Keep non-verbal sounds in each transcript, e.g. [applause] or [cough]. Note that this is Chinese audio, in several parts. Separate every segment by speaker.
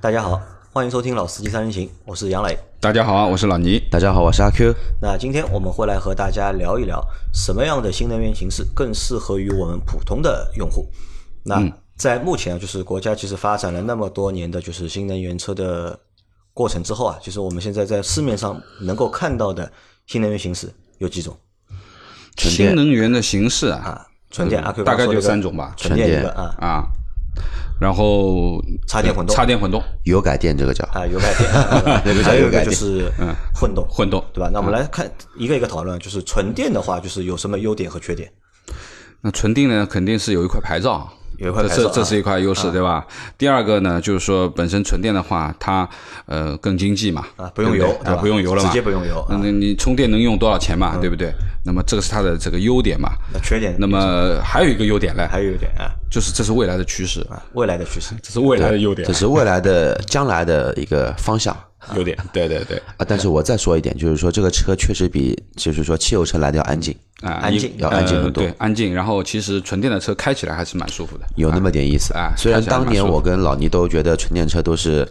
Speaker 1: 大家好，欢迎收听《老司机三人行》，我是杨磊。
Speaker 2: 大家好，我是老倪。
Speaker 3: 大家好，我是阿 Q。
Speaker 1: 那今天我们会来和大家聊一聊什么样的新能源形式更适合于我们普通的用户。那
Speaker 2: 嗯
Speaker 1: 在目前啊，就是国家其实发展了那么多年的就是新能源车的过程之后啊，就是我们现在在市面上能够看到的新能源形式有几种
Speaker 3: 纯
Speaker 2: 新
Speaker 3: 电
Speaker 2: 能源的形式啊
Speaker 1: 啊？纯电阿 Q
Speaker 2: 大概
Speaker 1: 刚刚说
Speaker 2: 就
Speaker 1: 这个
Speaker 2: 三种吧
Speaker 1: 纯
Speaker 3: 纯
Speaker 1: 电一
Speaker 3: 电
Speaker 1: 个啊
Speaker 2: 啊，然后
Speaker 1: 插电混动
Speaker 2: 插电混动
Speaker 3: 油改电这个叫
Speaker 1: 啊油改
Speaker 2: [laughs]
Speaker 1: 电，还有一个就是
Speaker 2: 嗯
Speaker 1: 混动，
Speaker 2: 混动
Speaker 1: 对吧？那我们来看一个一个讨论，就是纯电的话，就是有什么优点和缺点？
Speaker 2: 那纯电呢，肯定是有一块牌照，
Speaker 1: 有一块牌照
Speaker 2: 这
Speaker 1: 啊
Speaker 2: 这这是一块优势，对吧？第二个呢，就是说本身纯电的话，它呃更经济嘛，
Speaker 1: 啊不用油
Speaker 2: 对对
Speaker 1: 对
Speaker 2: 啊
Speaker 1: 吧
Speaker 2: 不用油了嘛，
Speaker 1: 直接不用油啊嗯
Speaker 2: 那那你充电能用多少钱嘛，对不对？那么这个是它的这个优点嘛。
Speaker 1: 那缺点？
Speaker 2: 那么还有一个优点呢，
Speaker 1: 还有一点啊，
Speaker 2: 就是这是未来的趋势，
Speaker 1: 啊未来的趋势。
Speaker 2: 这是未来的优点
Speaker 3: 这，是未来的将来的一个方向啊。
Speaker 2: 优
Speaker 3: [laughs]
Speaker 2: 点，对对对，
Speaker 3: 但是我再说一点，就是说这个车确实比就是说汽油车来的要安静，
Speaker 2: 啊，
Speaker 1: 安
Speaker 2: 一
Speaker 1: 静
Speaker 3: 要安静很多
Speaker 2: 呃对，安静。然后其实纯电的车开起来还是蛮舒服的，
Speaker 3: 有那么点意思
Speaker 2: 啊
Speaker 3: 虽然
Speaker 2: 看起来
Speaker 3: 当年我跟老倪都觉得纯电车都是，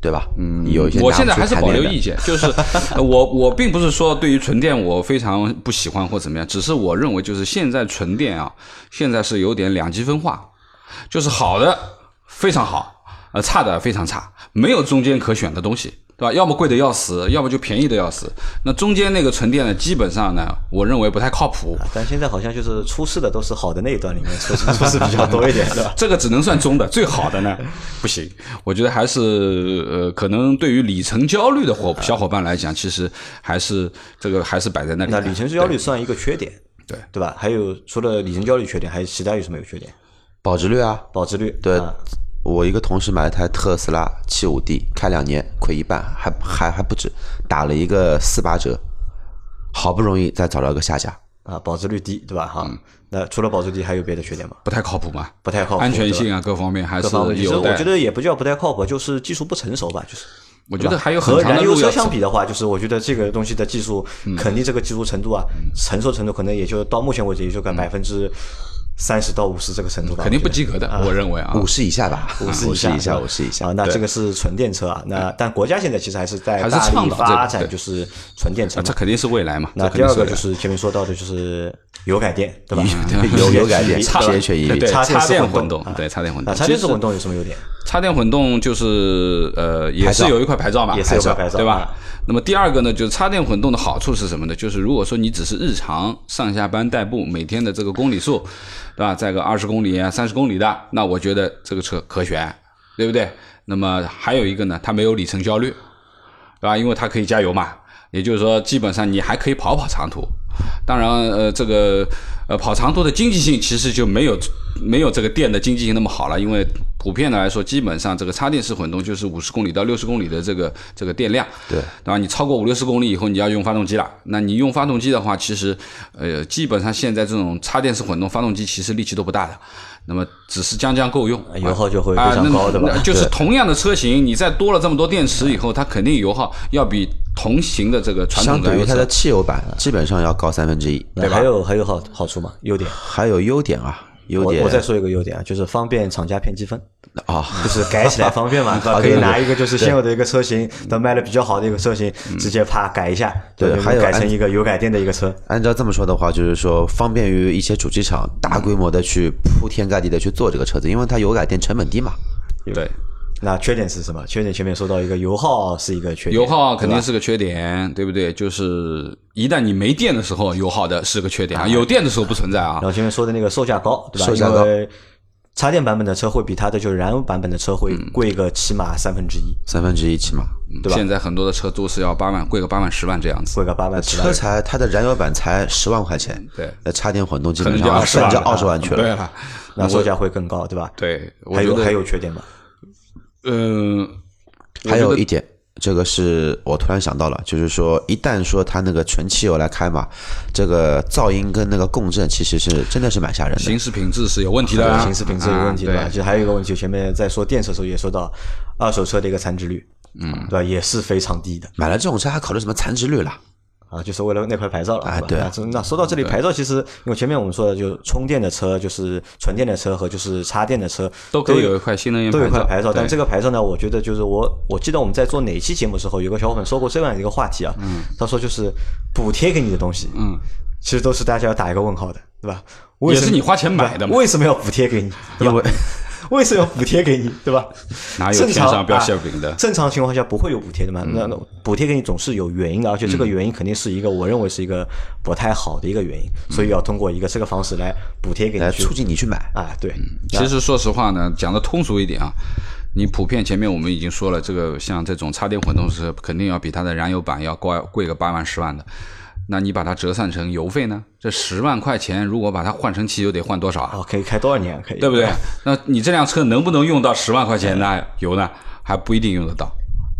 Speaker 3: 对吧？嗯，有一些
Speaker 2: 我
Speaker 3: 拿
Speaker 2: 现在
Speaker 3: 不出
Speaker 2: 还是
Speaker 3: 台
Speaker 2: 保
Speaker 3: 面
Speaker 2: 留
Speaker 3: 的
Speaker 2: 意见，就是呃我 [laughs] 我并不是说对于纯电我非常不喜欢或怎么样，只是我认为就是现在纯电啊，现在是有点两极分化，就是好的非常好，呃差的非常差，没有中间可选的东西。对吧？要么贵的要死，要么就便宜的要死。那中间那个纯电呢，基本上呢，我认为不太靠谱。
Speaker 1: 啊但现在好像就是出事的都是好的那一段里
Speaker 2: [laughs]
Speaker 1: 面出事出事比较多一点，对吧？
Speaker 2: 这个只能算中的，最好
Speaker 1: [laughs]
Speaker 2: 的呢不行。我觉得还是呃，可能对于里程焦虑的伙
Speaker 1: 啊
Speaker 2: 小伙伴来讲，其实还是这个还是摆在那里
Speaker 1: 那
Speaker 2: 的。
Speaker 1: 里程焦虑算一个缺点，
Speaker 2: 对
Speaker 1: 对吧？还有除了里程焦虑缺点，还有其他有什么有缺点？
Speaker 3: 保值率啊。
Speaker 1: 保值率
Speaker 3: 对
Speaker 1: 啊，
Speaker 3: 我一个同事买了台特斯拉七五 D，开两年亏一半，还还还不止，打了一个四八折，好不容易再找到个下家。
Speaker 1: 啊，保值率低，对吧？
Speaker 2: 嗯
Speaker 1: 哈，那除了保值率，还有别的缺点吗？
Speaker 2: 不太靠谱嘛，
Speaker 1: 不太靠谱，
Speaker 2: 安全
Speaker 1: 对吧
Speaker 2: 性啊各方面还
Speaker 1: 各
Speaker 2: 是
Speaker 1: 方面，其实
Speaker 2: 有
Speaker 1: 我
Speaker 2: 待
Speaker 1: 觉。得也不叫不太靠谱，就是技术不成熟吧，就是。
Speaker 2: 我觉得还有很
Speaker 1: 和
Speaker 2: 长的
Speaker 1: 燃油
Speaker 2: 路
Speaker 1: 车
Speaker 2: 要嗯
Speaker 1: 相
Speaker 2: 走。
Speaker 1: 比的话，就是我觉得这个东西的技术，肯定这个技术程度啊，
Speaker 2: 嗯
Speaker 1: 成熟程度可能也就到目前为止也就个百分之三十到五十这个程度吧，
Speaker 2: 肯定不
Speaker 1: 我觉
Speaker 2: 及格的，我认为啊，
Speaker 3: 五十以下吧，五
Speaker 1: 得。
Speaker 3: 十以
Speaker 1: 以
Speaker 3: 下，
Speaker 1: 对吧
Speaker 3: 五十以下
Speaker 1: 啊，。那这个是纯电车啊。那但国家现在其实还是在
Speaker 2: 嗯还是
Speaker 1: 大
Speaker 2: 倡
Speaker 1: 力
Speaker 2: 导这个
Speaker 1: 发展，
Speaker 2: 对
Speaker 1: 就是纯电车
Speaker 2: 啊
Speaker 1: 嘛
Speaker 2: 这。肯定是未来嘛。
Speaker 1: 那
Speaker 2: 这肯
Speaker 1: 第
Speaker 2: 定
Speaker 1: 二个
Speaker 2: 未来
Speaker 1: 就是前面说到的，就是油改电，对吧？ [laughs]
Speaker 3: 油油改电，
Speaker 1: 差
Speaker 3: 节选一
Speaker 2: 对
Speaker 3: 律
Speaker 2: 对，
Speaker 1: 插电
Speaker 2: 插
Speaker 1: 式
Speaker 2: 电
Speaker 1: 混
Speaker 2: 混
Speaker 1: 动
Speaker 2: 动，对插电混
Speaker 1: 啊，
Speaker 2: 动，
Speaker 1: 插电
Speaker 2: 其
Speaker 1: 式
Speaker 2: 实
Speaker 1: 混动有什么优点？
Speaker 2: 插电混动就是呃，也
Speaker 3: 拍
Speaker 2: 是
Speaker 3: 照
Speaker 2: 有一块牌照嘛，
Speaker 1: 也是有块牌照
Speaker 2: 对
Speaker 1: 啊
Speaker 2: 吧？那么第二个呢，就是插电混动的好处是什么呢？就是如果说你只是日常上下班代步，每天的这个公里数，对吧？在个二十公里啊、三十公里的，那我觉得这个车可选，对不对？那么还有一个呢，它没有里程焦虑，对啊吧？因为它可以加油嘛，也就是说，基本上你还可以跑跑长途。当然，呃，这个呃跑长途的经济性其实就没有没有这个电的经济性那么好了，因为普遍的来说，基本上这个插电式混动就是五十公里到六十公里的这个这个电量，对，对吧？你超过五六十公里以后，你要用发动机了。那你用发动机的话，其实呃，基本上现在这种插电式混动发动机其实力气都不大的，那么只是将将够用，
Speaker 1: 油耗就会非
Speaker 2: 啊，那
Speaker 1: 常高，对吧
Speaker 2: 那？就是同样的车型，你再多了这么多电池以后，它肯定油耗要比同型的这个传
Speaker 3: 相
Speaker 2: 统
Speaker 3: 对
Speaker 2: 燃
Speaker 3: 于
Speaker 2: 油
Speaker 3: 它
Speaker 2: 车
Speaker 3: 的嗯汽油版，基本上要高三分之一。
Speaker 1: 那还有还有好好处吗？优点？
Speaker 3: 还有优点啊，优
Speaker 1: 我
Speaker 3: 点
Speaker 1: 我再说一个优点啊，就是方便厂家骗积
Speaker 3: [laughs]
Speaker 1: 分。
Speaker 3: 啊，
Speaker 1: 就是改起来方便
Speaker 3: [laughs]
Speaker 1: 嘛，对吧？可以拿一个就是现有的一个车型，等卖的比较好的一个车型，直接啪改一下，
Speaker 3: 嗯对
Speaker 1: 吧
Speaker 3: 还有
Speaker 1: 改成一个油改电的一个车，
Speaker 3: 按照这么说的话，就是说方便于一些主机厂大规模的去铺天盖地的去做这个车子，因为它油改电成本低嘛。
Speaker 2: 对。
Speaker 1: 那缺点是什么？缺点前面说到一个油耗是一个缺点，
Speaker 2: 油耗啊肯定是个缺点，对不对？就是一旦你没电的时候，油耗的是个缺点啊，有电的时候不存在啊
Speaker 1: 然。后前面说的那个售价高，对吧？
Speaker 3: 售价高
Speaker 1: 因为插电版本的车会比它的就是燃油版本的车会
Speaker 3: 嗯
Speaker 1: 贵个起码三分之一，
Speaker 3: 三分之一起码，
Speaker 1: 嗯对吧
Speaker 2: 现在很多的车都是要八万，贵个八万十万这样子，
Speaker 1: 贵个八万十万
Speaker 3: 车。才它的燃油版才十万块钱，
Speaker 2: 对，
Speaker 3: 呃，插电混动基
Speaker 2: 可
Speaker 3: 本
Speaker 2: 能就二十万
Speaker 3: 上要甚至
Speaker 2: 了
Speaker 3: 二十万去
Speaker 2: 对
Speaker 3: 了。
Speaker 2: 了，
Speaker 1: 那售价会更高，对吧？
Speaker 2: 对，我
Speaker 1: 还
Speaker 2: 觉
Speaker 1: 有
Speaker 2: 得
Speaker 1: 还有缺点吧？
Speaker 2: 嗯，
Speaker 3: 还有一点，这个是我突然想到了，就是说一旦说它那个纯汽油来开嘛，这个噪音跟那个共振其实是真的是蛮吓人的。
Speaker 2: 行驶品质是有问题的啊，
Speaker 1: 行驶品质有问题，对吧？
Speaker 2: 啊
Speaker 1: 其实还有一个问题，前面在说电车的时候也说到，二手车的一个残值率，嗯，对吧？也是非常低的。
Speaker 3: 买了这种车还考虑什么残值率了？
Speaker 1: 啊，就是为了那块牌照了，
Speaker 3: 啊
Speaker 1: 是吧
Speaker 3: 对
Speaker 1: 那那说到这里，牌照其实因为前面我们说的，就是充电的车，就是纯电的车和就是插电的车
Speaker 2: 都可以有一块新能源
Speaker 1: 都有一块牌
Speaker 2: 牌
Speaker 1: 照，但这
Speaker 2: 个
Speaker 1: 个牌照呢，我觉得就是我我记得我们在做哪期节目时候，有个小伙伴说过这样一个话题啊，
Speaker 2: 嗯
Speaker 1: 他说就是补贴给你的东西，嗯，其实都是大家要打一个问号的，对吧？为什
Speaker 2: 也是你花钱买的嘛
Speaker 1: 为什么要补贴
Speaker 2: [laughs]
Speaker 1: 给你？对吧？为什么要补贴给你？对吧？
Speaker 2: 哪有
Speaker 1: 正
Speaker 2: 天
Speaker 1: 常
Speaker 2: 上掉馅饼的嗯
Speaker 1: 啊正常情况下不会有补贴的嘛。那那补贴给你总是有原因的，而且这个原因肯定是一个我认为是一个不太好的一个原因，
Speaker 2: 嗯
Speaker 1: 所以要通过一个这个方式来补贴给你
Speaker 3: 来
Speaker 1: 去
Speaker 3: 促进你去买。
Speaker 1: 啊，对，
Speaker 2: 其实说实话呢，讲的通俗一点啊，你普遍前面我们已经说了，这个像这种插电混动车肯定要比它的燃油版要高贵个八万十万的。那你把它折算成油费呢？这十万块钱如果把它换成汽油，得换多少啊？
Speaker 1: 啊，可以开多少年？可以，
Speaker 2: 对不对？那你这辆车能不能用到十万块钱的油呢？还不一定用得到。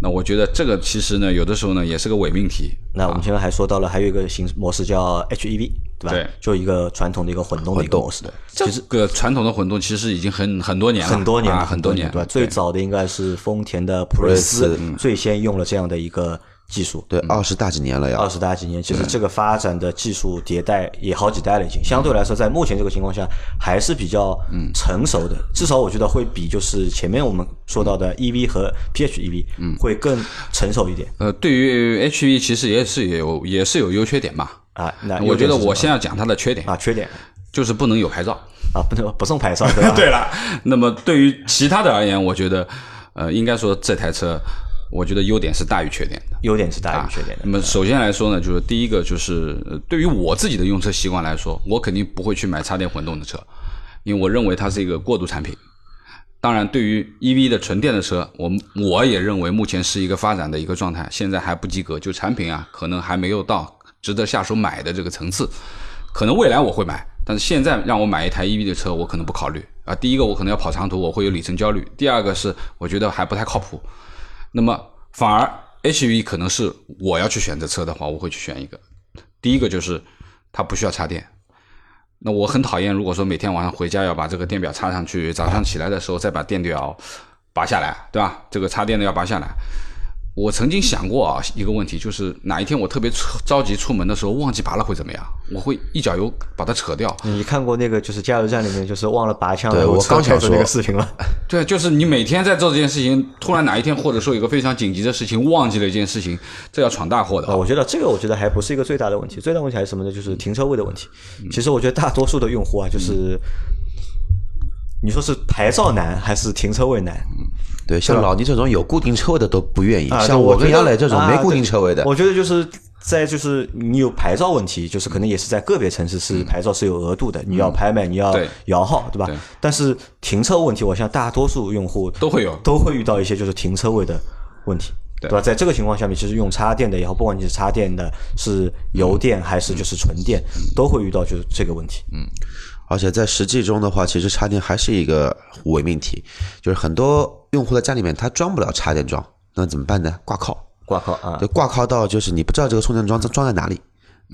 Speaker 2: 那我觉得这个其实呢，有的时候呢也是个伪命题。
Speaker 1: 那我们前面还说到了，还有一个形式模式叫 HEV，对吧？
Speaker 2: 对
Speaker 1: 就一个传统的一个混动的一个模式，
Speaker 2: 这个传统的混动其实已经很很多年了，
Speaker 1: 很多年了，
Speaker 2: 啊、很多年
Speaker 1: 对吧？
Speaker 2: 了。
Speaker 1: 最早的应该是丰田的普锐斯，
Speaker 2: 嗯
Speaker 1: 最先用了这样的一个技术。
Speaker 3: 对，二十大几年了
Speaker 1: 二
Speaker 3: 呀，
Speaker 1: 十大几年，其实这个发展的技术迭代也好几代了，已经相对来说，在目前这个情况下还是比较
Speaker 2: 嗯
Speaker 1: 成熟的，至少我觉得会比就是前面我们说到的 EV 和 PHEV
Speaker 2: 嗯
Speaker 1: 会更成熟一点
Speaker 2: 呃，对于 HEV 其实也是有也是有优缺点吧。
Speaker 1: 啊。那
Speaker 2: 我觉得我
Speaker 1: 先
Speaker 2: 先要讲它的缺点，
Speaker 1: 啊缺点
Speaker 2: 就是不能有牌照。
Speaker 1: 啊不能不送牌照对吧？
Speaker 2: 对了， [laughs] 那么对于其他的而言，我觉得，呃，应该说这台车，我觉得优点是大于缺点的。
Speaker 1: 优点是大于缺点的
Speaker 2: 那
Speaker 3: 嗯
Speaker 2: 么首先来说呢，就是第一个就是呃对于我自己的用车习惯来说，我肯定不会去买插电混动的车，因为我认为它是一个过渡产品。当然，对于 EV 的纯电的车，我们我也认为目前是一个发展的一个状态，现在还不及格，就产品啊，可能还没有到值得下手买的这个层次。可能未来我会买，但是现在让我买一台 EV 的车，我可能不考虑啊。第一个，我可能要跑长途，我会有里程焦虑；第二个是，我觉得还不太靠谱。那么反而 HEV 可能是我要去选择车的话，我会去选一个。第一个就是它不需要插电。那我很讨厌，如果说每天晚上回家要把这个电表插上去，早上起来的时候再把电表拔下来，对吧？这个插电的要拔下来。我曾经想过啊一个问题，就是哪一天我特别出着急出门的时候忘记拔了会怎么样？我会一脚油把它扯掉。
Speaker 1: 你看过那个就是加油站里面就是忘了拔枪，
Speaker 3: 对
Speaker 1: 然后
Speaker 3: 我
Speaker 1: 车
Speaker 3: 刚想
Speaker 1: 开走那个
Speaker 3: 说
Speaker 1: 视
Speaker 3: [laughs]
Speaker 1: 频吗？
Speaker 2: 对，就是你每天在做这件事情，突然哪一天或者说有个非常紧急的事情忘记了一件事情，这要闯大祸的
Speaker 1: 啊，。我觉得这个我觉得还不是一个最大的问题，最大问题还是什么呢？
Speaker 3: 嗯
Speaker 1: 就是停车位的问题。其实我觉得大多数的用户啊，就是、
Speaker 3: 嗯
Speaker 1: 你说是牌照难还是停车位难？
Speaker 3: 对，像老倪这种有固定车位的都不愿意，
Speaker 1: 啊，
Speaker 3: 嗯
Speaker 1: 对
Speaker 3: 像我
Speaker 1: 觉
Speaker 3: 跟
Speaker 1: 得
Speaker 3: 杨磊这种没
Speaker 1: 啊
Speaker 3: 固定
Speaker 1: 对
Speaker 3: 车位的，
Speaker 1: 我觉得就是在就是你有牌照问题，就是可能也是在个别城市
Speaker 3: 嗯
Speaker 1: 是牌照是有额度的，你要拍卖，你要
Speaker 2: 对
Speaker 1: 摇号，对吧？
Speaker 2: 对
Speaker 1: 但是停车问题，我想大多数用户
Speaker 2: 都会有
Speaker 1: 都会遇到一些就是停车位的问题。
Speaker 2: 对
Speaker 1: 对吧？在这个情况下面，其实用插电的也好，不管你是插电的、是油电还是就是纯电，
Speaker 2: 嗯
Speaker 1: 都会遇到就是这个问题。
Speaker 3: 而且在实际中的话，其实插电还是一个伪命题，就是很多用户的家里面他装不了插电桩，那怎么办呢？挂靠，
Speaker 1: 挂靠啊，
Speaker 3: 就挂靠到就是你不知道这个充电桩装在哪里，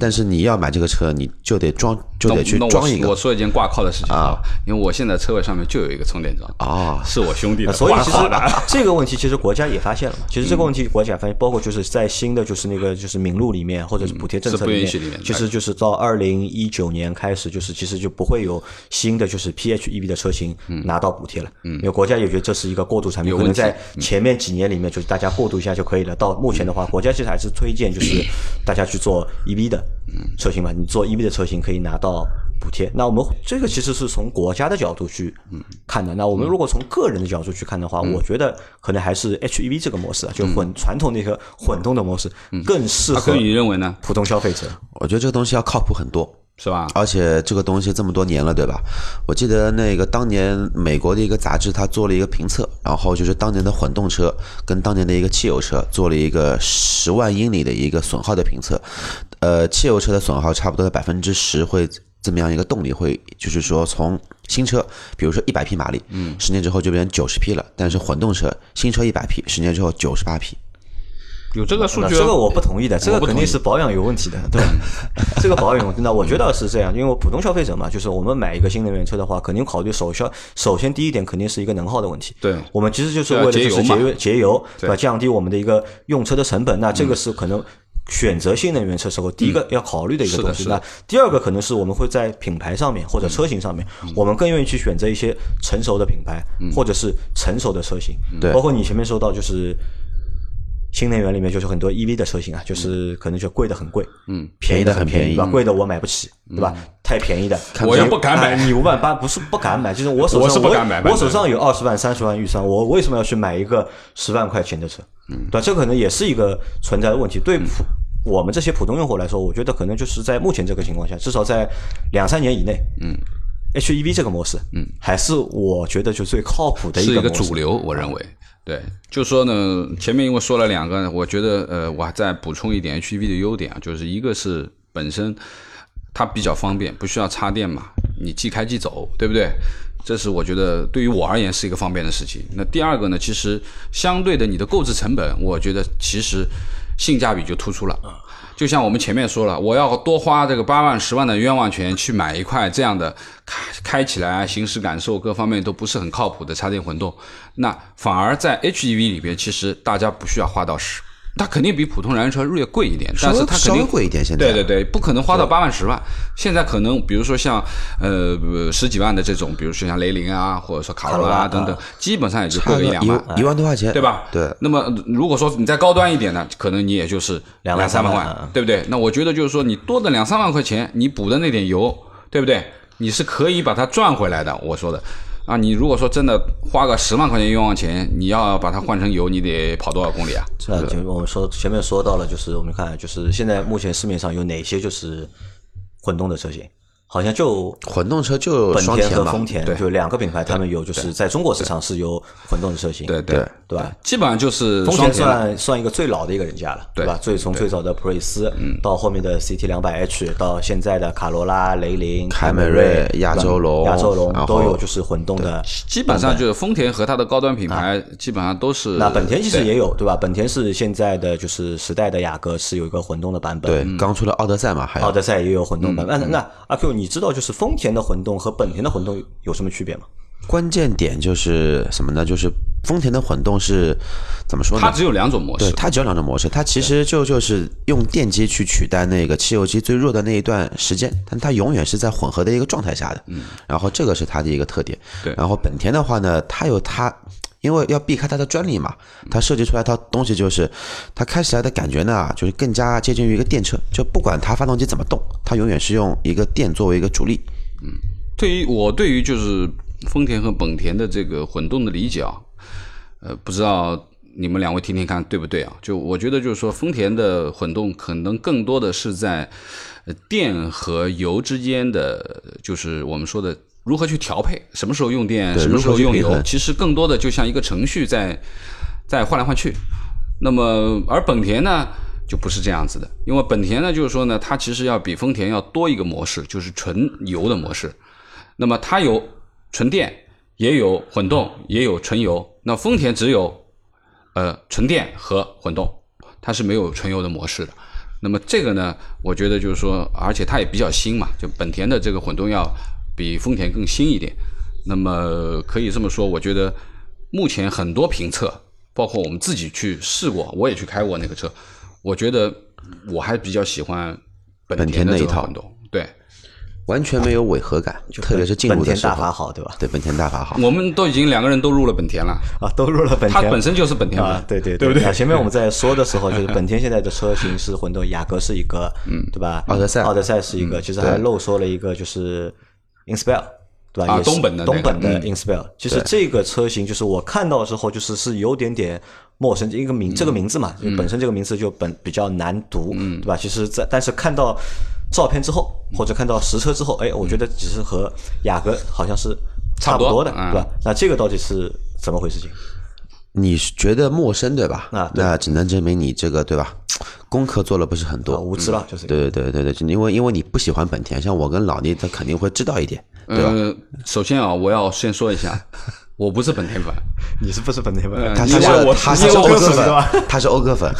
Speaker 3: 但是你要买这个车，你就得装，就
Speaker 2: 那
Speaker 3: 得去
Speaker 2: 那
Speaker 3: 装
Speaker 2: 我
Speaker 3: 一
Speaker 2: 我
Speaker 3: 个
Speaker 2: 说一件挂靠的事情啊，因为我现在车位上面就有一个充电桩，
Speaker 3: 哦，
Speaker 2: 是我兄弟的，
Speaker 1: 啊所以其实
Speaker 2: 挂靠的
Speaker 1: [laughs] 这个问题，其实国家也发现了嘛。
Speaker 2: [laughs]
Speaker 1: 其实这个问题国家也发现，包括就是在新的就是那个就是名录里面，或者是补贴政策
Speaker 2: 嗯是不
Speaker 1: 里
Speaker 2: 允许里面
Speaker 1: 面，其实就是到二零一九年开始，就是其实就不会有新的就是 PHEV 的车型拿到补贴了，因为国家也觉得这是一个过渡产品，
Speaker 2: 嗯有
Speaker 1: 可
Speaker 2: 问
Speaker 1: 能
Speaker 2: 题
Speaker 1: 在前面几年里面就是大家过渡一下就可以了。到目前的话，国家其实还是推荐就是大家去做 EV 的车型嘛，你做 EV 的车型可以拿到。补贴，那我们这个其实是从国家的角度去看的。那我们如果从个人的角度去看的话，我觉得可能还是 HEV 这个模式啊，就混传统的一个混动的模式更适
Speaker 2: 阿
Speaker 1: 合
Speaker 2: 坤，你认为呢？
Speaker 1: 普通消费者。
Speaker 3: 我觉得这个东西要靠谱很多。
Speaker 2: 是吧？
Speaker 3: 而且这个东西这么多年了，对吧？我记得那个当年美国的一个杂志，它做了一个评测，然后就是当年的混动车跟当年的一个汽油车做了一个十万英里的一个损耗的评测，呃，汽油车的损耗差不多在百分之十会。这么样一个动力会，就是说从新车，比如说一百匹马力，嗯，十年之后就变成九十匹了。但是混动车，新车一百匹，十年之后九十八匹。
Speaker 2: 有这个数
Speaker 1: 那
Speaker 2: 据，
Speaker 1: 这个我不同意的，这个
Speaker 2: 我不
Speaker 1: 肯
Speaker 2: 同意
Speaker 1: 定是保养有问题的，对
Speaker 2: [laughs]
Speaker 1: 吧？这个保养有问题，那我觉得是这样，因为我普通消费者嘛，就是我们买一个新能源车的话，肯定考虑首先首先第一点肯定是一个能耗的问题。
Speaker 2: 对
Speaker 1: 我们其实就是
Speaker 2: 对啊
Speaker 1: 为了
Speaker 2: 节
Speaker 1: 就是
Speaker 2: 油
Speaker 1: 节
Speaker 2: 嘛
Speaker 1: 约节油，对吧？
Speaker 2: 对嗯
Speaker 1: 降低我们的一个用车的成本，那这个是可能。选择新能源车时候，第一个要考虑的一个东西。
Speaker 2: 是的是嗯的
Speaker 1: 那第二个可能是我们会在品牌上面或者车型上面，我们更愿意去选择一些成熟的品牌
Speaker 2: 嗯
Speaker 1: 或者是成熟的车型。
Speaker 3: 对
Speaker 1: 包括你前面说到就是。新能源里面就是很多 EV 的车型啊，
Speaker 2: 嗯
Speaker 1: 就是可能就贵的很贵，嗯，便宜的很便
Speaker 3: 便宜
Speaker 1: 宜，
Speaker 3: 的很
Speaker 1: 对吧？
Speaker 3: 便宜
Speaker 1: 贵的我买不起，
Speaker 2: 嗯
Speaker 1: 对吧？太便宜的，
Speaker 2: 我又不敢买
Speaker 1: 哎你五万八不是不敢买，就是我手
Speaker 2: 我
Speaker 1: 上
Speaker 2: 是不敢买
Speaker 1: 我
Speaker 2: 反正
Speaker 1: 手上有二十万、三十万预算，我为什么要去买一个十万块钱的车？嗯，对吧，这可能也是一个存在的问题。对普、
Speaker 2: 嗯
Speaker 1: 我们这些普通用户来说，我觉得可能就是在目前这个情况下，至少在两三年以内，嗯，HEV 这个模式，嗯，还是我觉得就最靠谱的
Speaker 2: 是一
Speaker 1: 个
Speaker 2: 个
Speaker 1: 模式嗯
Speaker 2: 主流，我认为。对，就说呢，前面因为说了两个，我觉得呃，我还再补充一点 HEV 的优点啊，就是一个是本身它比较方便，不需要插电嘛，你即开即走，对不对？这是我觉得对于我而言是一个方便的事情。那第二个呢，其实相对的你的购置成本，我觉得其实性价比就突出了。就像我们前面说了，我要多花这个八万、十万的冤枉钱去买一块这样的开开起来啊，行驶感受各方面都不是很靠谱的插电混动，那反而在 HEV 里边，其实大家不需要花到十，它肯定比普通燃油车略贵一点，但是它肯
Speaker 3: 嗯稍微
Speaker 2: 定
Speaker 3: 贵一点，现在
Speaker 2: 对对对，不可能花到八万十万。现在可能比如说像呃呃十几万的这种，比如说像雷凌啊，或者说卡罗拉啊等
Speaker 3: 嗯
Speaker 2: 等，基本上也就贵
Speaker 3: 差
Speaker 2: 个
Speaker 3: 不
Speaker 2: 一
Speaker 3: 多
Speaker 2: 两
Speaker 3: 一
Speaker 2: 万。
Speaker 3: 万一万多块钱，
Speaker 2: 对吧？
Speaker 3: 对，
Speaker 2: 那么呃如果说你再高端一点呢，可能你也就是
Speaker 1: 两
Speaker 2: 三万
Speaker 1: 万
Speaker 2: 块，
Speaker 1: 三万啊
Speaker 2: 对不对？那我觉得就是说，你多的两三万块钱，你补的那点油，对不对？你是可以把它赚回来的。我说的。啊，你如果说真的花个十万块钱冤枉钱，你要把它换成油，你得跑多少公里啊？
Speaker 1: 那呃就我们说前面说到了，就是我们看就是现在目前市面上有哪些就是混动的车型，好像就
Speaker 3: 混动车就
Speaker 1: 本
Speaker 3: 双
Speaker 1: 田和
Speaker 3: 吧
Speaker 1: 丰，田就两个品牌，他们有就是在中国市场是有混动的车型，
Speaker 2: 对对对
Speaker 1: 对吧？
Speaker 2: 基本上就是
Speaker 1: 丰
Speaker 2: 双
Speaker 1: 田
Speaker 2: 田了。
Speaker 1: 算算一个最老的一个人家了，
Speaker 2: 对
Speaker 1: 吧？最从最早的普锐斯，到后面的 CT 两百 H，到现在的卡罗拉、雷凌、
Speaker 3: 凯
Speaker 1: 美
Speaker 3: 美
Speaker 1: 瑞
Speaker 3: 瑞、亚洲龙
Speaker 1: 亚洲龙
Speaker 3: 然后
Speaker 1: 都有就是混动的。
Speaker 2: 基本上就是丰田和它的高端品牌，基本上都是。
Speaker 1: 啊那本田其实
Speaker 2: 对
Speaker 1: 也有，对吧？本田是现在的就是时代的雅阁是有一个混动的版本，
Speaker 3: 对，刚出了奥德赛嘛，还
Speaker 1: 奥
Speaker 3: 有
Speaker 1: 德赛也有混
Speaker 3: 嗯
Speaker 1: 动版本。那那阿 Q，你知道就是丰田的混动和本田的混动有什么区别吗？
Speaker 3: 关键点就是什么呢？就是丰田的混动是怎么说
Speaker 2: 它
Speaker 3: 呢？
Speaker 2: 只有两种模
Speaker 3: 对，
Speaker 2: 式。
Speaker 3: 它只有两种模式，它其实就就是用电机去取代那个汽油机最弱的那一段时间，但它永远是在混合的一个状态下的。嗯，然后这个是它的一个特点。
Speaker 2: 对
Speaker 3: 然后本田的话呢，它有它。因为要避开它的专利嘛，它设计出来它东西就是，它开起来的感觉呢，就是更加接近于一个电车，就不管它发动机怎么动，它永远是用一个电作为一个主力。
Speaker 2: 对于我对于就是丰田和本田的这个混动的理解啊，呃，不知道你们两位听听看对不对啊？就我觉得就是说，丰田的混动可能更多的是在呃电和油之间的，呃就是我们说的如何去调配，什么时候用电，
Speaker 3: 对
Speaker 2: 什么时候
Speaker 3: 如何去
Speaker 2: 用
Speaker 3: 平
Speaker 2: 油
Speaker 3: 衡，
Speaker 2: 其实更多的就像一个程序在在换来换去。那么而本田呢？就不是这样子的，因为本田呢，就是说呢，它其实要比丰田要多一个模式，就是纯油的模式。那么它有纯电，也有混动，也有纯油。那丰田只有呃纯电和混动，它是没有纯油的模式的。那么这个呢，我觉得就是说，而且它也比较新嘛，就本田的这个混动要比丰田更新一点。那么可以这么说，我觉得目前很多评测，包括我们自己去试过，我也去开过那个车，我觉得我还比较喜欢本
Speaker 3: 本
Speaker 2: 田
Speaker 3: 田
Speaker 2: 的
Speaker 3: 那一
Speaker 2: 这个
Speaker 3: 套
Speaker 2: 混动。对，
Speaker 3: 完全没有违和感，特别是进
Speaker 1: 本
Speaker 3: 入的
Speaker 1: 田
Speaker 3: 时
Speaker 1: 大法
Speaker 3: 候，
Speaker 1: 好，对吧？
Speaker 3: 对本田大法好。
Speaker 2: 我们都已经两个人都入了本田了，
Speaker 1: 啊，都入了本
Speaker 2: 它
Speaker 1: 田，
Speaker 2: 本身就是本田嘛
Speaker 1: 啊，，对对对，对不对？前面我们在说的时候，就是本田现在的车型是混动，雅阁是一个，嗯，对吧？
Speaker 3: 奥德赛
Speaker 1: 奥德赛是一个，其实还
Speaker 3: 对
Speaker 1: 漏说了一个就是 Inspire。对吧？
Speaker 2: 啊
Speaker 1: 也是
Speaker 2: 东本的那个
Speaker 1: 东本的
Speaker 2: 嗯
Speaker 1: Inspire，、其实这个车型就是我看到之后，就是是有点点陌生，一个名、这个名字嘛，就本身这个名字就本比较难读，对吧？其实在，但是看到照片之后，或者看到实车之后，哎，我觉得其实和雅阁好像是差
Speaker 2: 差不多
Speaker 1: 不多的，
Speaker 2: 嗯
Speaker 1: 对吧？那这个到底是怎么回事情？
Speaker 3: 你是觉得陌生对吧？
Speaker 1: 啊对
Speaker 3: 那只能证明你这个对吧？功课做了不是很
Speaker 1: 啊，
Speaker 3: 多。
Speaker 1: 无知了，就是
Speaker 3: 对对对对对，就因为因为你不喜欢
Speaker 1: 嗯
Speaker 3: 本田，像我跟老倪，他肯定会知道一点，对吧？ [laughs]
Speaker 2: 呃，首先啊，我要先说一下，我不是本田粉，
Speaker 1: 你是不是本田粉？
Speaker 3: 他
Speaker 2: 因
Speaker 3: 他
Speaker 2: 为
Speaker 3: 呃是
Speaker 2: 我
Speaker 3: 他
Speaker 2: 因
Speaker 3: 是
Speaker 2: 为
Speaker 3: 欧
Speaker 2: 我
Speaker 3: 哥
Speaker 1: 是对吧
Speaker 3: 粉，他是欧哥粉，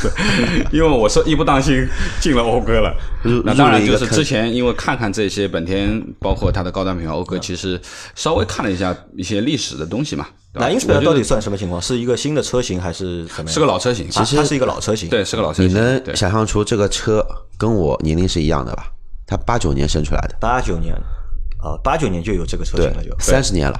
Speaker 2: 因为我是一不当心进了讴歌了
Speaker 3: 入。
Speaker 2: 那当然
Speaker 3: 入了一
Speaker 2: 就
Speaker 3: 个
Speaker 2: 是
Speaker 3: 坑
Speaker 2: 之前因为看看这些本田，包括它的高端品牌讴歌，其实稍微看了一下一些历史的东西嘛。对
Speaker 1: 那
Speaker 2: 吧我
Speaker 1: Inspire
Speaker 2: 觉
Speaker 1: 到
Speaker 2: 得
Speaker 1: 底算什么情况？是一个新的车型还是怎么样？
Speaker 2: 是个老车型，
Speaker 1: 啊，它是一个老车型。
Speaker 2: 对，是个老车
Speaker 3: 你
Speaker 2: 型。
Speaker 3: 能
Speaker 2: 对，
Speaker 3: 想象出这个车跟我年龄是一样的吧？他八九年生出来的，
Speaker 1: 八九年，啊，八九年就有这个车
Speaker 3: 对
Speaker 1: 型了，就，。
Speaker 3: 三十年了。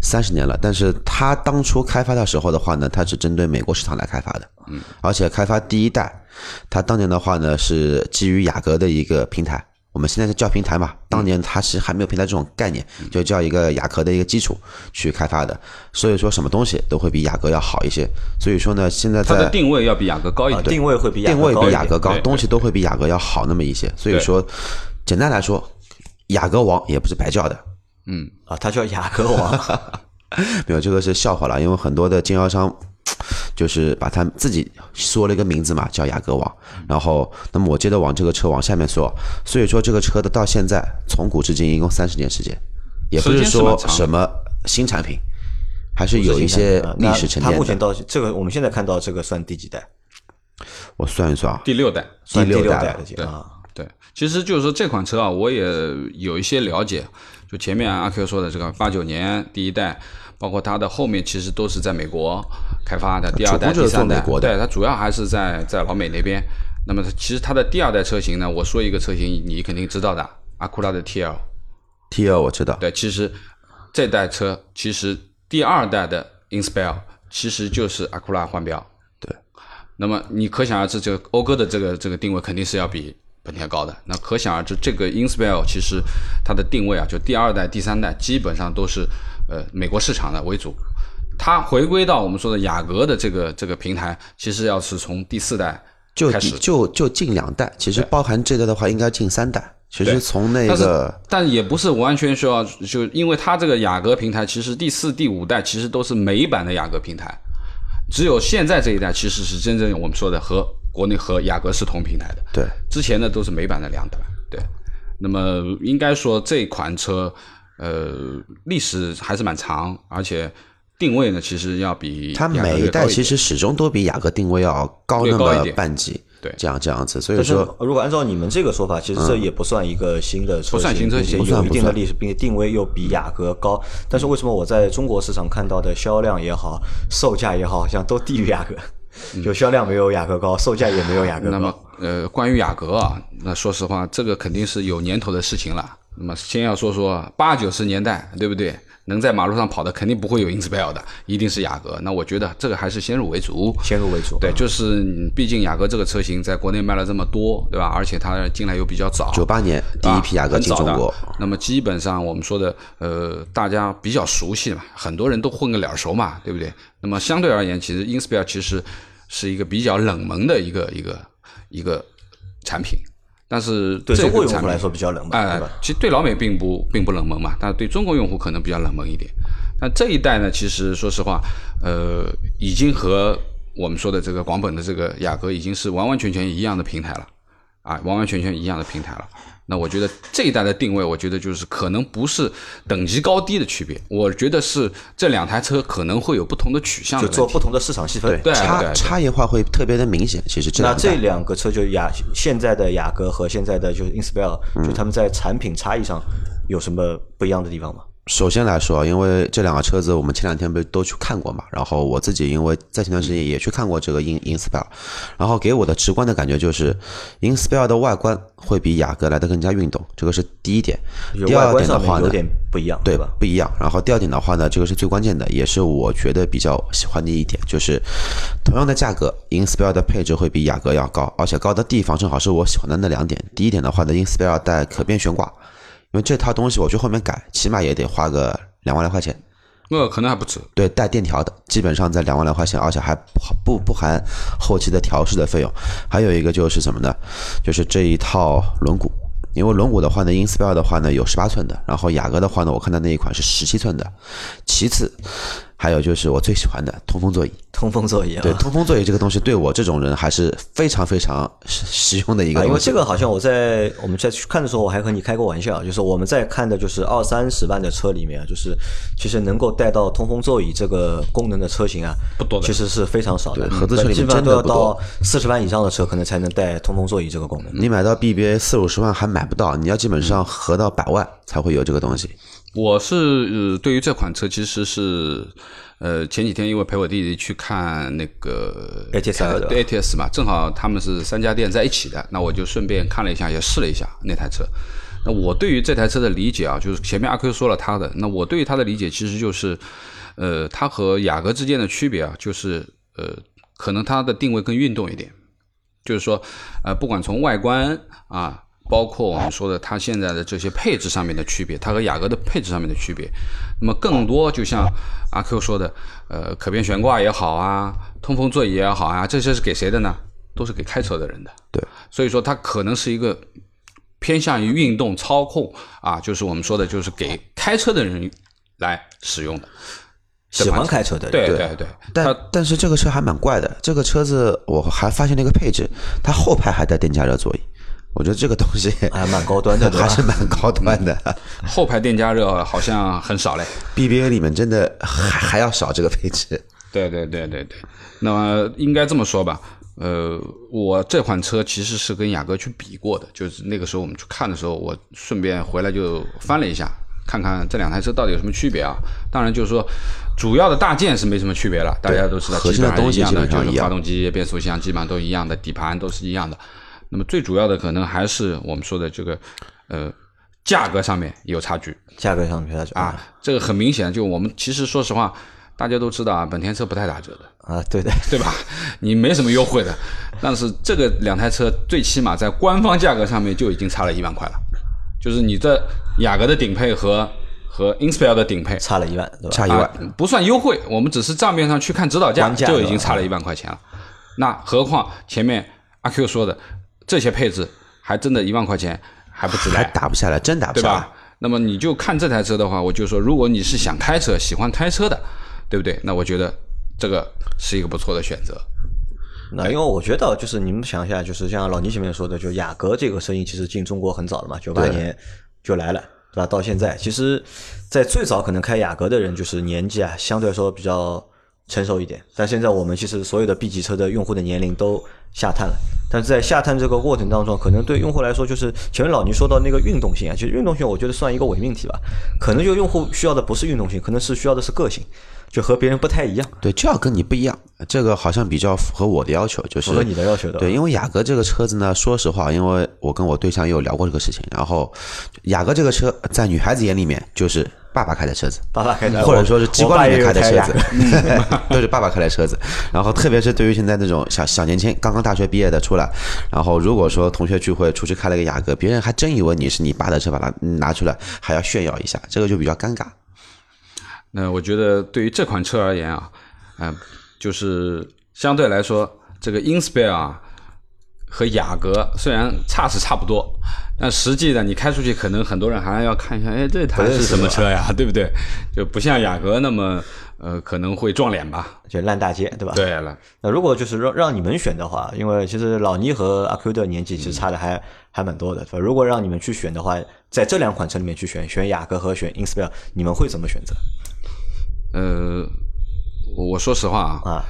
Speaker 3: 三十年了，但是它当初开发的时候的话呢，它是针对美国市场来开发的，嗯，而且开发第一代，它当年的话呢是基于雅阁的一个平台，我们现在是叫平台嘛，当年它是还没有平台这种概念，就叫一个雅阁的一个基础去开发的，所以说什么东西都会比雅阁要好一些，所以说呢，现在
Speaker 2: 它的
Speaker 3: 在啊
Speaker 2: 定位要比雅阁高一点。
Speaker 1: 啊定位会比雅
Speaker 3: 定
Speaker 1: 阁
Speaker 3: 位
Speaker 1: 高一
Speaker 3: 比
Speaker 1: 点
Speaker 3: 雅阁高，
Speaker 2: 对
Speaker 3: 东西都会比雅阁要好那么一些，所以说简单来说，雅阁王也不是白叫的，
Speaker 1: 啊，它叫雅阁王，
Speaker 3: 没有，这个是笑话了，因为很多的经销商就是把他们自己说了一个名字嘛，叫雅阁王。然后，那么我接着往这个车往下面说，所以说这个车的到现在从古至今一共三十年时间，也不
Speaker 2: 时
Speaker 3: 是
Speaker 2: 间是蛮
Speaker 3: 说
Speaker 2: 长的
Speaker 3: 什么新产品，还是 [laughs] 有一些
Speaker 1: 啊
Speaker 3: 历
Speaker 1: 那
Speaker 3: 史沉
Speaker 1: 它
Speaker 3: 淀
Speaker 1: 目前
Speaker 3: 的。
Speaker 1: 到这个，我们现在看到这个算第几代？
Speaker 3: 我算一算啊，
Speaker 2: 第六代，
Speaker 1: 算第
Speaker 3: 六
Speaker 1: 六
Speaker 3: 代
Speaker 1: 代
Speaker 3: 了
Speaker 1: 了已经啊。
Speaker 2: 对，其实就是说这款车啊，我也有一些了解。就前面阿 Q 说的这个八九年第一代，包括它的后面其实都是在美国开发的，第二代、
Speaker 3: 主
Speaker 2: 第
Speaker 3: 攻就是
Speaker 2: 三代
Speaker 3: 做美，国的
Speaker 2: 对，它主要还是在在老美那边。那么它其实它的第二代车型呢，我说一个车型你肯定知道的，阿库拉的 TL。
Speaker 3: T 二我知道，
Speaker 2: 对，其实这代车其实第二代的 Inspire 其实就是阿库拉换标。
Speaker 3: 对，
Speaker 2: 那么你可想而知，这个讴歌的这个这个定位肯定是要比本田高的。那可想而知，这个 Inspire 其实它的定位啊，就第二代、第三代基本上都是呃美国市场的为主。它回归到我们说的雅阁的这个这个平台，其实要是从第四代
Speaker 3: 就
Speaker 2: 开始
Speaker 3: 就就近两代，其实包含这代的话应该近三代。其
Speaker 2: 对
Speaker 3: 实从那
Speaker 2: 但是
Speaker 3: 个
Speaker 2: 但也不是完全需要，就因为它这个雅阁平台，其实第四、第五代其实都是美版的雅阁平台，只有现在这一代其实是真正我们说的和国内和雅阁是同平台的，
Speaker 3: 对
Speaker 2: 之前的都是美版的两代，对。那么应该说这款车，呃，历史还是蛮长，而且定位呢，其实要比
Speaker 3: 它
Speaker 2: 雅阁
Speaker 3: 每
Speaker 2: 略
Speaker 3: 一
Speaker 2: 高
Speaker 3: 代
Speaker 2: 点
Speaker 3: 其实始终都比雅阁定位要高
Speaker 2: 略
Speaker 3: 那
Speaker 2: 高一
Speaker 3: 么
Speaker 2: 点
Speaker 3: 半级，
Speaker 2: 对
Speaker 3: 这样这样子，所以
Speaker 1: 但是
Speaker 3: 说嗯
Speaker 1: 如果按照你们这个说法，其实这也不算一个新的车型，
Speaker 2: 不算新车
Speaker 1: 并且
Speaker 2: 型
Speaker 1: 有一定
Speaker 3: 不算不
Speaker 1: 的
Speaker 3: 算
Speaker 1: 历史，并且定位又比雅阁高。但是为什么我在中国市场看到的销量也好，售价也好，好像都低于雅阁？就销量没有雅阁高，售价也没有雅阁
Speaker 2: 嗯那么
Speaker 1: 高。，
Speaker 2: 呃，关于雅阁啊，那说实话，这个肯定是有年头的事情了。那么，先要说说八九十年代，对不对？能在马路上跑的，肯定不会有 Inspire 的，一定是雅阁。那我觉得这个还是先入为主，
Speaker 1: 先入为主
Speaker 2: 对，
Speaker 1: 啊
Speaker 2: 就是你毕竟雅阁这个车型在国内卖了这么多，对吧？而且它进来又比较早，
Speaker 3: 九八
Speaker 1: 哦
Speaker 3: 年第一批雅阁进中
Speaker 2: 啊很早
Speaker 3: 国
Speaker 2: 的，那么基本上我们说的，呃，大家比较熟悉嘛，很多人都混个脸熟嘛，对不对？那么相对而言，其实 Inspire 其实是一个比较冷门的一个一个一个产品，但是
Speaker 1: 对
Speaker 2: 这
Speaker 1: 中国
Speaker 2: 个
Speaker 1: 用
Speaker 2: 产
Speaker 1: 户
Speaker 2: 品
Speaker 1: 来说比较冷门，
Speaker 2: 哎、
Speaker 1: 对吧？
Speaker 2: 其实对老美并不并不冷门嘛，但对中国用户可能比较冷门一点。但这一代呢，其实说实话，呃，已经和我们说的这个广本的这个雅阁已经是完完全全一样的平台了，啊，完完全全一样的平台了。那我觉得这一代的定位，我觉得就是可能不是等级高低的区别，我觉得是这两台车可能会有不同的取向的
Speaker 1: 就
Speaker 2: 问题
Speaker 1: 做不同的市场细分。
Speaker 2: 对对
Speaker 3: 差
Speaker 2: 对
Speaker 3: 差异化会特别的明显。其实这
Speaker 1: 啊那
Speaker 3: 两
Speaker 1: 这
Speaker 3: 代
Speaker 1: 两个车就雅现在的雅阁和现在的就是 Inspire，、就
Speaker 3: 嗯
Speaker 1: 他们在产品差异上有什么不一样的地方吗？
Speaker 3: 首先来说，因为这两个车子我们前两天不是都去看过嘛，然后我自己因为在前段时间也去看过这个 In Inspire，然后给我的直观的感觉就是，Inspire 的外观会比雅阁来的更加运动，这个是第一点。
Speaker 1: 就
Speaker 3: 第
Speaker 1: 外
Speaker 3: 二
Speaker 1: 观
Speaker 3: 点的
Speaker 1: 上
Speaker 3: 话
Speaker 1: 面
Speaker 3: 呢
Speaker 1: 有，点不一样，
Speaker 3: 对
Speaker 1: 吧？？
Speaker 3: 不一样。然后第二点的话呢，这个是最关键的，也是我觉得比较喜欢的一点，就是同样的价格，Inspire 的配置会比雅阁要高，而且高的地方正好是我喜欢的那两点。第一点的话呢，Inspire 带可变悬挂，因为这套东西我去后面改，起码也得花个两万来块钱。
Speaker 2: 那呃可能还不止，
Speaker 3: 对，带电调的，基本上在两万来块钱，而且还不不不含后期的调试的费用。还有一个就是什么呢？就是这一套轮毂，因为轮毂的话呢，Inspire 的话呢有十八寸的，然后雅阁的话呢，我看到那一款是十七寸的。其次，还有就是我最喜欢的通风座椅。
Speaker 1: 通风座椅啊。
Speaker 3: 对，通风座椅这个东西对我这种人还是非常非常实实用的一个
Speaker 1: 啊，因
Speaker 3: 东
Speaker 1: 为
Speaker 3: 西。
Speaker 1: 这个好像我在我们在去看的时候，我还和你开过玩笑，就是我们在看的就是二三十万的车里面啊，就是其实能够带到通风座椅这个功能的车型啊，
Speaker 2: 不多的
Speaker 1: 其实是非常少的，
Speaker 3: 对合资车里面
Speaker 1: 基本上
Speaker 3: 真
Speaker 1: 都
Speaker 3: 的
Speaker 1: 要
Speaker 3: 不多
Speaker 1: 到四十万以上的车，可能才能带通风座椅这个功能。
Speaker 3: 你买到 BBA 四五十万还买不到，你要基本上合到百万才会有这个东西。
Speaker 2: 我是、呃对于这款车其实是，呃，前几天因为陪我弟弟去看那个
Speaker 1: ATS
Speaker 2: 呃
Speaker 1: 对吧
Speaker 2: 对 ATS 嘛，正好他们是三家店在一起的，那我就顺便看了一下，也试了一下那台车。那我对于这台车的理解啊，就是前面阿 Q 说了他的，那我对于他的理解其实就是，呃，它和雅阁之间的区别啊，就是呃，可能它的定位更运动一点，就是说，呃，不管从外观啊，包括我们说的它现在的这些配置上面的区别，它和雅阁的配置上面的区别，那么更多就像阿 Q 说的，呃，可变悬挂也好啊，通风座椅也好啊，这些是给谁的呢？都是给开车的人的。
Speaker 3: 对，
Speaker 2: 所以说它可能是一个偏向于运动操控啊，就是我们说的，就是给开车的人来使用的。
Speaker 1: 喜欢开车的人，
Speaker 2: 对对对，
Speaker 3: 但
Speaker 2: 它
Speaker 3: 但是这个车还蛮怪的，这个车子我还发现了一个配置，它后排还带电加热座椅，我觉得这个东西 [laughs]
Speaker 1: 还蛮高端的，哎对吧
Speaker 3: 还是蛮高端
Speaker 1: [laughs]
Speaker 3: 的。
Speaker 2: 后排电加热好像很少嘞。
Speaker 3: BBA 里面真的还还要少这个配置。
Speaker 2: 对对对对对，那么应该这么说吧，呃，我这款车其实是跟雅阁去比过的，就是那个时候我们去看的时候，我顺便回来就翻了一下，看看这两台车到底有什么区别啊。当然就是说，主要的大件是没什么区别了，大家都知道，
Speaker 3: 核
Speaker 2: 基
Speaker 3: 心的
Speaker 2: 本上
Speaker 3: 东西
Speaker 2: 一样的，
Speaker 3: 基本上
Speaker 2: 就是
Speaker 3: 一样
Speaker 2: 发动机、变速箱基本上都一样的，底盘都是一样的。那么最主要的可能还是我们说的这个，呃，价格上面有差距。
Speaker 1: 价格上比较
Speaker 2: 啊，这个很明显，就我们其实说实话，大家都知道啊，本田车不太打折的，
Speaker 1: 啊，对的，
Speaker 2: 对吧？你没什么优惠的，但是这个两台车最起码在官方价格上面就已经差了一万块了，就是你这雅阁的顶配和和 Inspire 的顶配
Speaker 1: 差了一万，对吧？
Speaker 3: 差一
Speaker 2: 啊
Speaker 3: 万，
Speaker 2: 不算优惠，我们只是账面上去看指导价
Speaker 1: 官价
Speaker 2: 就已经差了一万块钱了，那何况前面阿 Q 说的这些配置，还真的一万块钱还不值
Speaker 3: 还
Speaker 2: 来。
Speaker 3: 打不下来，真打不
Speaker 2: 对
Speaker 3: 下来
Speaker 2: 吧。？那么你就看这台车的话，我就说，如果你是想开车、喜欢开车的，对不对？那我觉得这个是一个不错的选择。
Speaker 1: 那因为我觉得，就是你们想一下，就是像老倪前面说的，就雅阁这个车型其实进中国很早了嘛，九八年就来了，对吧？到现在，其实，在最早可能开雅阁的人，就是年纪啊相对来说比较成熟一点，但现在我们其实所有的 B 级车的用户的年龄都下探了，但是在下探这个过程当中，可能对用户来说，就是前面老倪说到那个运动性啊，其实运动性我觉得算一个伪命题吧，可能就用户需要的不是运动性，可能是需要的是个性，就和别人不太一样，
Speaker 3: 对，就要跟你不一样，这个好像比较符合我的要求，就是
Speaker 1: 符合你的要求的
Speaker 3: 对，因为雅阁这个车子呢，说实话，因为我跟我对象也有聊过这个事情，然后雅阁这个车在女孩子眼里面就是爸爸开的车子，
Speaker 1: 爸爸开的，
Speaker 3: 嗯或者说是机关里面
Speaker 1: 哎我
Speaker 3: 开的
Speaker 1: 爸也有嗯
Speaker 3: 车
Speaker 1: 雅 [laughs]
Speaker 3: 子， [laughs] 都是爸爸开的车子。然后特别是对于现在那种小小年轻，刚刚大学毕业的出来，然后如果说同学聚会出去开了个雅阁，别人还真以为你是你爸的车，把它拿出来还要炫耀一下，这个就比较尴尬。
Speaker 2: 那我觉得对于这款车而言啊，嗯、就是相对来说，这个 Inspire 啊和雅阁虽然差是差不多，但实际呢，你开出去可能很多人还要看一下，哎，这台是什么车呀， [laughs] 对不对？就不像雅阁那么呃可能会撞脸吧。
Speaker 1: 就烂大街，对吧？。
Speaker 2: 对了，
Speaker 1: 那如果就是让让你们选的话，因为其实老倪和阿 Q 的年纪其实差的还、还蛮多的，对吧？如果让你们去选的话，在这两款车里面去选，选雅阁和选 Inspire，你们会怎么选择
Speaker 2: 呃，我我说实话啊，
Speaker 1: 啊？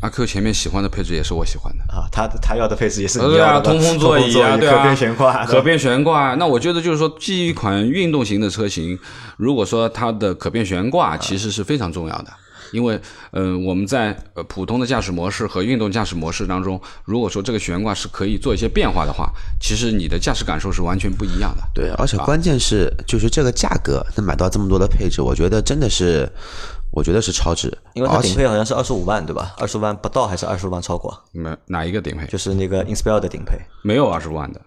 Speaker 2: 阿 Q 前面喜欢的配置也是我喜欢的。
Speaker 1: 啊，他他要的配置也是你
Speaker 2: 对
Speaker 1: 要
Speaker 2: 啊，
Speaker 1: 的，
Speaker 2: 通风座椅啊，对
Speaker 1: 可
Speaker 2: 啊，
Speaker 1: 变悬挂，
Speaker 2: 可
Speaker 1: 对吧
Speaker 2: 变悬挂。那我觉得就是说，基于一款运动型的车型，如果说它的可变悬
Speaker 1: 嗯
Speaker 2: 挂其实是非常重要的，因为呃，我们在呃普通的驾驶模式和运动驾驶模式当中，如果说这个悬挂是可以做一些变化的话，其实你的驾驶感受是完全不一样的。
Speaker 3: 对，而
Speaker 1: 啊
Speaker 3: 且关键是，就是这个价格能买到这么多的配置，我觉得真的是，我觉得是超值。
Speaker 1: 因为它
Speaker 3: 而
Speaker 1: 顶
Speaker 3: 且
Speaker 1: 配好像是二十五万，对吧？二十万不到还是二十万超过？
Speaker 2: 没哪一个顶配
Speaker 1: 就是那个 Inspire 的顶配
Speaker 2: 没有二十万的，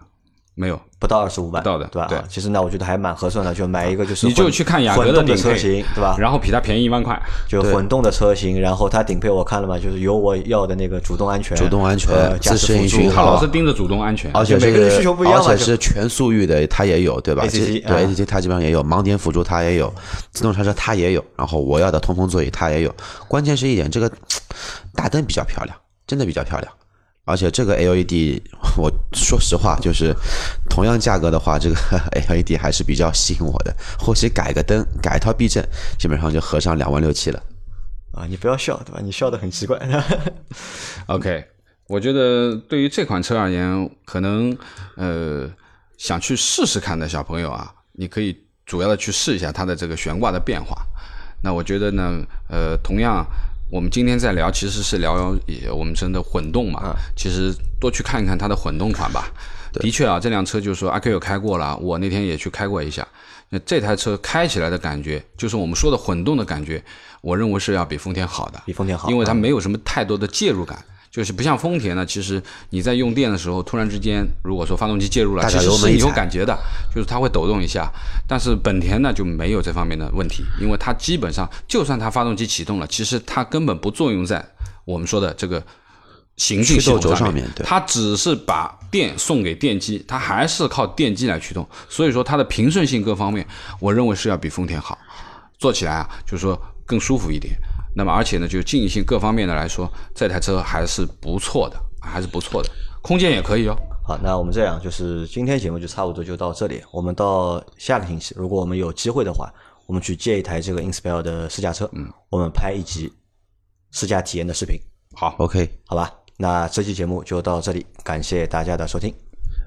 Speaker 2: 没有，
Speaker 1: 不到二十五万，
Speaker 2: 不到的
Speaker 1: 对吧？
Speaker 2: 对
Speaker 1: 啊其实呢，我觉得还蛮合算的，就买一个就是
Speaker 2: 你就
Speaker 1: 混
Speaker 2: 去看雅
Speaker 1: 混
Speaker 2: 阁
Speaker 1: 动
Speaker 2: 顶
Speaker 1: 的车
Speaker 2: 配，
Speaker 1: 型，对吧？
Speaker 2: 然后比它便宜一万块，
Speaker 1: 就混动的车型，然后它顶配我看了嘛，就是有我要的那个主动安全、
Speaker 3: 主动安全
Speaker 1: 呃驾
Speaker 3: 自
Speaker 1: 驶
Speaker 3: 适
Speaker 1: 辅
Speaker 3: 应
Speaker 1: 助
Speaker 3: 巡
Speaker 2: 他
Speaker 3: 航
Speaker 2: 老是盯着主动安全，
Speaker 3: 而且是
Speaker 1: 每个人需求不一样嘛
Speaker 3: 而且
Speaker 1: 就是
Speaker 3: 全速域的它也有，对吧
Speaker 1: ACC
Speaker 3: 其实
Speaker 1: 啊
Speaker 3: 对 ACC 它基本上也有，盲点辅助它也有，自动刹车它也有，然后我要的通风座椅它也有。关键是一点，这个大灯比较漂亮，真的比较漂亮。而且这个 LED，我说实话，就是同样价格的话，这个 [laughs] LED 还是比较吸引我的。或许改个灯，改一套避震，基本上就合上两万六七了。
Speaker 1: 啊，你不要笑，对吧？你笑的很奇怪。 [laughs]
Speaker 2: OK，我觉得对于这款车而言，可能呃想去试试看的小朋友啊，你可以主要的去试一下它的这个悬挂的变化。那我觉得呢，呃，同样我们今天在聊，其实是聊也我们真的混动嘛，其实多去看一看它的混动款吧。的确啊，这辆车就是说阿 Q 有开过了，我那天也去开过一下。那这台车开起来的感觉，就是我们说的混动的感觉，我认为是要比丰田好的。
Speaker 1: 比丰田好，
Speaker 2: 因
Speaker 3: 啊
Speaker 2: 为它没有什么太多的介入感。就是不像丰田呢，其实你在用电的时候，突然之间，如果说发动机介入了，
Speaker 3: 大
Speaker 2: 其
Speaker 3: 脚
Speaker 2: 实
Speaker 3: 油
Speaker 2: 是
Speaker 3: 门一
Speaker 2: 你有
Speaker 3: 踩
Speaker 2: 感觉的，就是它会抖动一下。但是本田呢就没有这方面的问题，因为它基本上就算它发动机启动了，其实它根本不作用在我们说的这个行进系
Speaker 3: 驱动
Speaker 2: 统
Speaker 3: 轴
Speaker 2: 上
Speaker 3: 上面对
Speaker 2: 它只是把电送给电机，它还是靠电机来驱动，所以说它的平顺性各方面，我认为是要比丰田好。坐起来啊，就是说更舒服一点。那么而且呢，就静音性各方面的来说，这台车还是不错的，还是不错的，空间也可以哦。
Speaker 1: 好，那我们这样，就是今天节目就差不多就到这里。我们到下个星期，如果我们有机会的话，我们去借一台这个 Inspire 的试驾车，嗯，我们拍一集试驾体验的视频，
Speaker 2: 好，
Speaker 3: OK，
Speaker 1: 好吧？那这期节目就到这里，感谢大家的收听，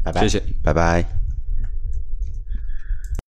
Speaker 1: 拜拜。
Speaker 2: 谢谢。
Speaker 3: 拜拜。